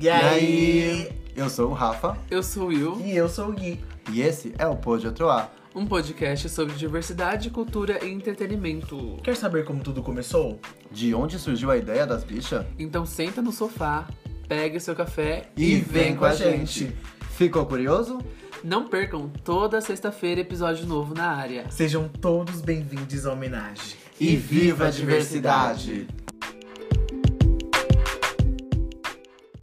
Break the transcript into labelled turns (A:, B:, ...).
A: E aí?
B: Eu sou o Rafa
C: Eu sou o Will,
A: E eu sou o Gui.
B: e esse é o Pod Atroar.
C: um podcast sobre diversidade, cultura e entretenimento.
A: Quer saber como tudo começou?
B: De onde surgiu a ideia das bichas?
C: Então senta no sofá, pegue seu café
A: E vem com a gente.
B: Ficou curioso?
C: não percam toda sexta-feira episódio novo na área.
A: Sejam todos bem-vindos à homenagem.
B: E viva a diversidade!